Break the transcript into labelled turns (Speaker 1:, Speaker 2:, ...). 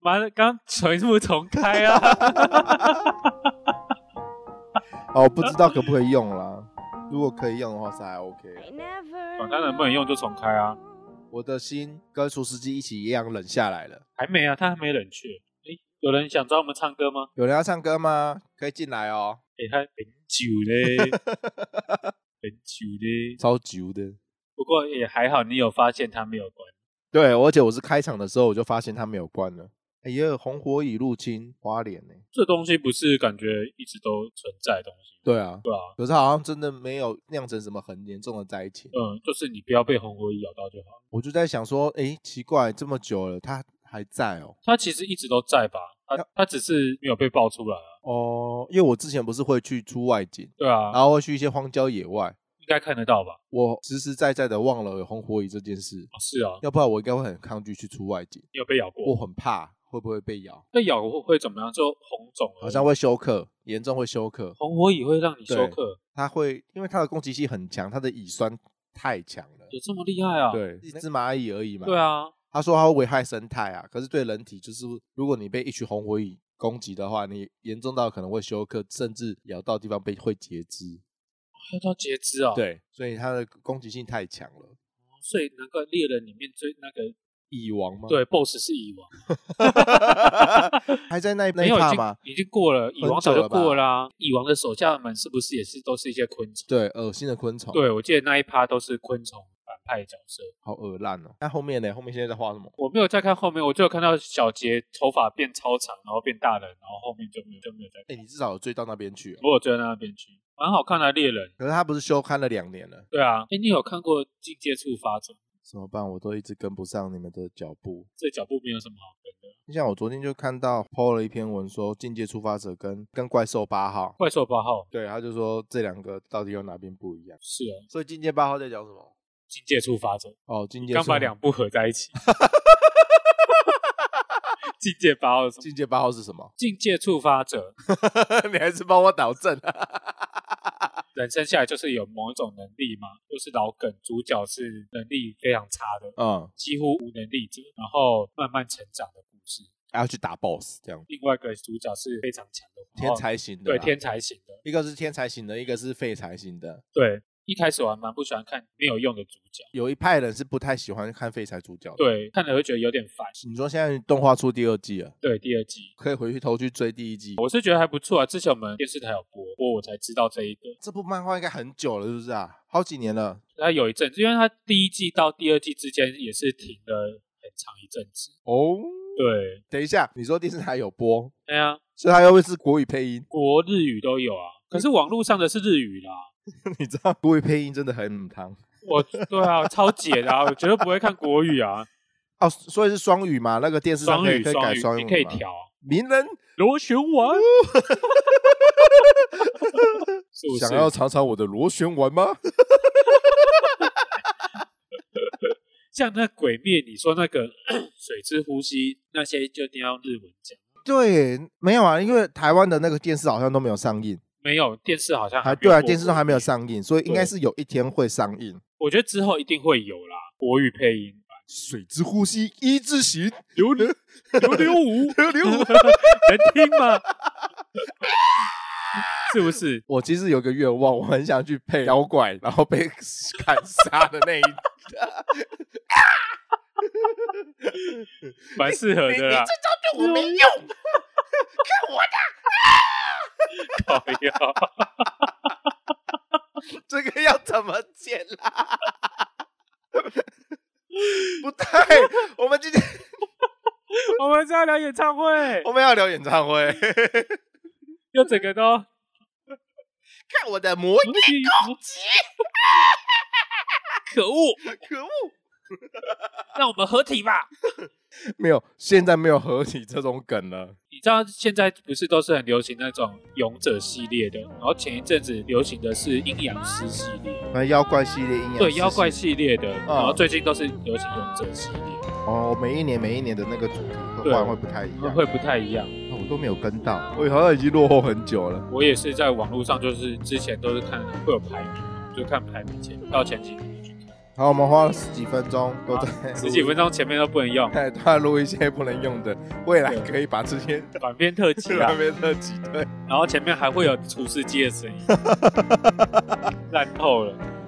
Speaker 1: 妈的，刚全部重开 啊！
Speaker 2: 哦，不知道
Speaker 1: 嗯
Speaker 2: 可不可以用啦。如果可以用的话是还 OK。
Speaker 1: 管他哦能不能用就重开啊！
Speaker 2: 我的心跟厨师机一起一样冷下来了。
Speaker 1: 还没啊，他还没冷却。诶，有人想找我们唱歌吗？
Speaker 2: 有人要唱歌吗？可以进来哦。
Speaker 1: 诶，他很久嘞，很久嘞。
Speaker 2: 超久的。
Speaker 1: 不过也还好，你有发现他没有关。
Speaker 2: 对，而且我是开场的时候我就发现它没有关了。哎呀，红火蚁入侵花莲呢、
Speaker 1: 这东西不是感觉一直都存在的东西，
Speaker 2: 对啊，
Speaker 1: 对啊，
Speaker 2: 可是好像真的没有酿成什么很严重的灾情。
Speaker 1: 嗯，就是你不要被红火蚁咬到就好。
Speaker 2: 我就在想说，哎，奇怪，这么久了，它还在哦。
Speaker 1: 它其实一直都在吧，它它只是没有被爆出来啊。
Speaker 2: 哦，因为我之前不是会去出外景，
Speaker 1: 对啊，
Speaker 2: 然后会去一些荒郊野外，
Speaker 1: 应该看得到吧？
Speaker 2: 我实实在在的忘了有红火蚁这件事，
Speaker 1: 哦是啊，
Speaker 2: 要不然我应该会很抗拒去出外景，
Speaker 1: 你有被咬
Speaker 2: 我
Speaker 1: 过？
Speaker 2: 很怕会不会被咬，
Speaker 1: 被咬会会怎么样？就红肿而已，
Speaker 2: 好像会休克，严重会休克。
Speaker 1: 红火蚁会让你休
Speaker 2: 对
Speaker 1: 克，
Speaker 2: 它会因为它的攻击性很强，它的乙酸太强了。
Speaker 1: 有这么厉害啊？
Speaker 2: 对，一只蚂蚁而已嘛。
Speaker 1: 对，啊，
Speaker 2: 他说它会危害生态啊，可是对人体就是，如果你被一群红火蚁攻击的话，你严重到可能会休克，甚至咬到地方被会截肢。
Speaker 1: 还要到截肢啊？，
Speaker 2: 对，所以它的攻击性太强了。
Speaker 1: 所以难怪猎人里面最那个
Speaker 2: 蚁王吗？，
Speaker 1: 对 BOSS 是蚁王，
Speaker 2: 还在那那
Speaker 1: 没
Speaker 2: 一
Speaker 1: 有已
Speaker 2: 趴
Speaker 1: 经
Speaker 2: 吗？
Speaker 1: 已经过了，蚁王早就
Speaker 2: 很久了吧
Speaker 1: 过啦、蚁王的手下们是不是也是都是一些昆虫？
Speaker 2: 对，恶心的昆虫，，
Speaker 1: 对，我记得那一趴都是昆虫反派角色。
Speaker 2: 好恶烂哦。那后面呢？后面现在在画什么？
Speaker 1: 我没有再看后面，我就有看到小杰头发变超长，然后变大人，然后后面就没有就没有再看。
Speaker 2: 哎，你至少有追到那边去哦。
Speaker 1: 我有追到那边去，蛮好看的啊猎人。
Speaker 2: 可是他不是休刊了两年了，
Speaker 1: 对啊，哎，你有看过《境界触发者》？
Speaker 2: 怎么办？我都一直跟不上你们的脚步。
Speaker 1: 这脚步没有什么好跟的。
Speaker 2: 就像我昨天就看到 PO 了一篇文说，《境界出发者跟》跟怪兽八号，
Speaker 1: 怪兽八号
Speaker 2: 对，他就说这两个到底有哪边不一样？
Speaker 1: 是啊，《
Speaker 2: 所以《境界八号》在讲什么？
Speaker 1: 境界触发者》
Speaker 2: 哦，《境界》
Speaker 1: 刚把两部合在一起。 境界八号是什么？
Speaker 2: 《境界八号》是什么？
Speaker 1: 境界触发者，
Speaker 2: 你还是帮我导正、啊
Speaker 1: 人生下来就是有某一种能力嘛，就是老梗，主角是能力非常差的，
Speaker 2: 嗯，
Speaker 1: 几乎无能力者，然后慢慢成长的故事。
Speaker 2: 还要去打 BOSS 这样，
Speaker 1: 另外一个主角是非常强的
Speaker 2: 天，才型的
Speaker 1: 对
Speaker 2: 啦，
Speaker 1: 天才型的，啊
Speaker 2: 一个是天才型的，一个是废柴型的。
Speaker 1: 对。一开始我还蛮不喜欢看没有用的主角，
Speaker 2: 有一派人是不太喜欢看废柴主角的。，
Speaker 1: 对，看了会觉得有点烦。
Speaker 2: 你说现在动画出第二季了，
Speaker 1: 对，第二季
Speaker 2: 可以回去头去追第一季。
Speaker 1: 我是觉得还不错啊，之前我们电视台有播，播我才知道这一个。
Speaker 2: 这部漫画应该很久了，是不是啊？好几年了。
Speaker 1: 它有一阵子，因为它第一季到第二季之间也是停了很长一阵子。
Speaker 2: 哦，
Speaker 1: 对，
Speaker 2: 等一下，你说电视台有播，
Speaker 1: 对啊，
Speaker 2: 所以它又会是国语配音。
Speaker 1: 国日语都有啊，可是网络上的是日语啦。
Speaker 2: 你知道国语配音真的很母汤
Speaker 1: 我对啊，超解的啊，我绝对不会看国语啊，
Speaker 2: 哦，所以 是双语嘛？那个电视上
Speaker 1: 双
Speaker 2: 可以
Speaker 1: 语
Speaker 2: 可以改
Speaker 1: 双
Speaker 2: 双
Speaker 1: 语
Speaker 2: 语
Speaker 1: 你
Speaker 2: 吗，
Speaker 1: 可以调啊。
Speaker 2: 名人
Speaker 1: 螺旋丸， 是不是？
Speaker 2: 想要尝尝我的螺旋丸吗？
Speaker 1: 像那鬼灭，你说那个 水之呼吸那些，就一定要日文讲。
Speaker 2: 对，没有啊，因为台湾的那个电视好像都没有上映，
Speaker 1: 没有电视好像还
Speaker 2: 还
Speaker 1: 没
Speaker 2: 对啊，
Speaker 1: 播
Speaker 2: 电视上还没有
Speaker 1: 国语，
Speaker 2: 上映，所以应该是有一天会上映。
Speaker 1: 我觉得之后一定会有啦，国语配音版。
Speaker 2: 水之呼吸一字形，
Speaker 1: 流流流流舞，
Speaker 2: 流流 舞
Speaker 1: 能听 吗？是不是？
Speaker 2: 我其实有个愿望，我很想去配妖怪，然后被 砍杀的 那一。
Speaker 1: 蛮适合的啦。
Speaker 2: 招对我没用，
Speaker 1: 靠腰，啊
Speaker 2: 这个要怎么剪啦？ 不对，我们今天
Speaker 1: 我们是要聊演唱会
Speaker 2: 我，们要聊演唱会，
Speaker 1: 又整个都
Speaker 2: 看我的魔
Speaker 1: 嗯
Speaker 2: 眼，
Speaker 1: 可恶！
Speaker 2: 可恶！
Speaker 1: 让我们合体吧。
Speaker 2: 没有，现在没有合体这种梗了。
Speaker 1: 你知道现在不是都是很流行那种勇者系列的，然后前一阵子流行的是阴阳师系列，
Speaker 2: 那妖怪系列阴阳
Speaker 1: 对
Speaker 2: 师
Speaker 1: 妖怪系列的，然后最近都是流行勇者系列，
Speaker 2: 哦，每一年每一年的那个主题会
Speaker 1: 对
Speaker 2: 换会不太一样，
Speaker 1: 会不太一样。
Speaker 2: 哦我都没有跟到，我好像已经落后很久了。
Speaker 1: 我也是在网络上，就是之前都是看会有排名，就看排名前到前几名去看。
Speaker 2: 好，我们花了十几分钟都在录
Speaker 1: 十几分，钟前面都不能用，
Speaker 2: 哎，都在录一些不能用的，未来
Speaker 1: 对
Speaker 2: 可以把这些
Speaker 1: 短片特辑啊
Speaker 2: 那，边特辑对。
Speaker 1: 然后前面还会有厨师机的声音，烂透了。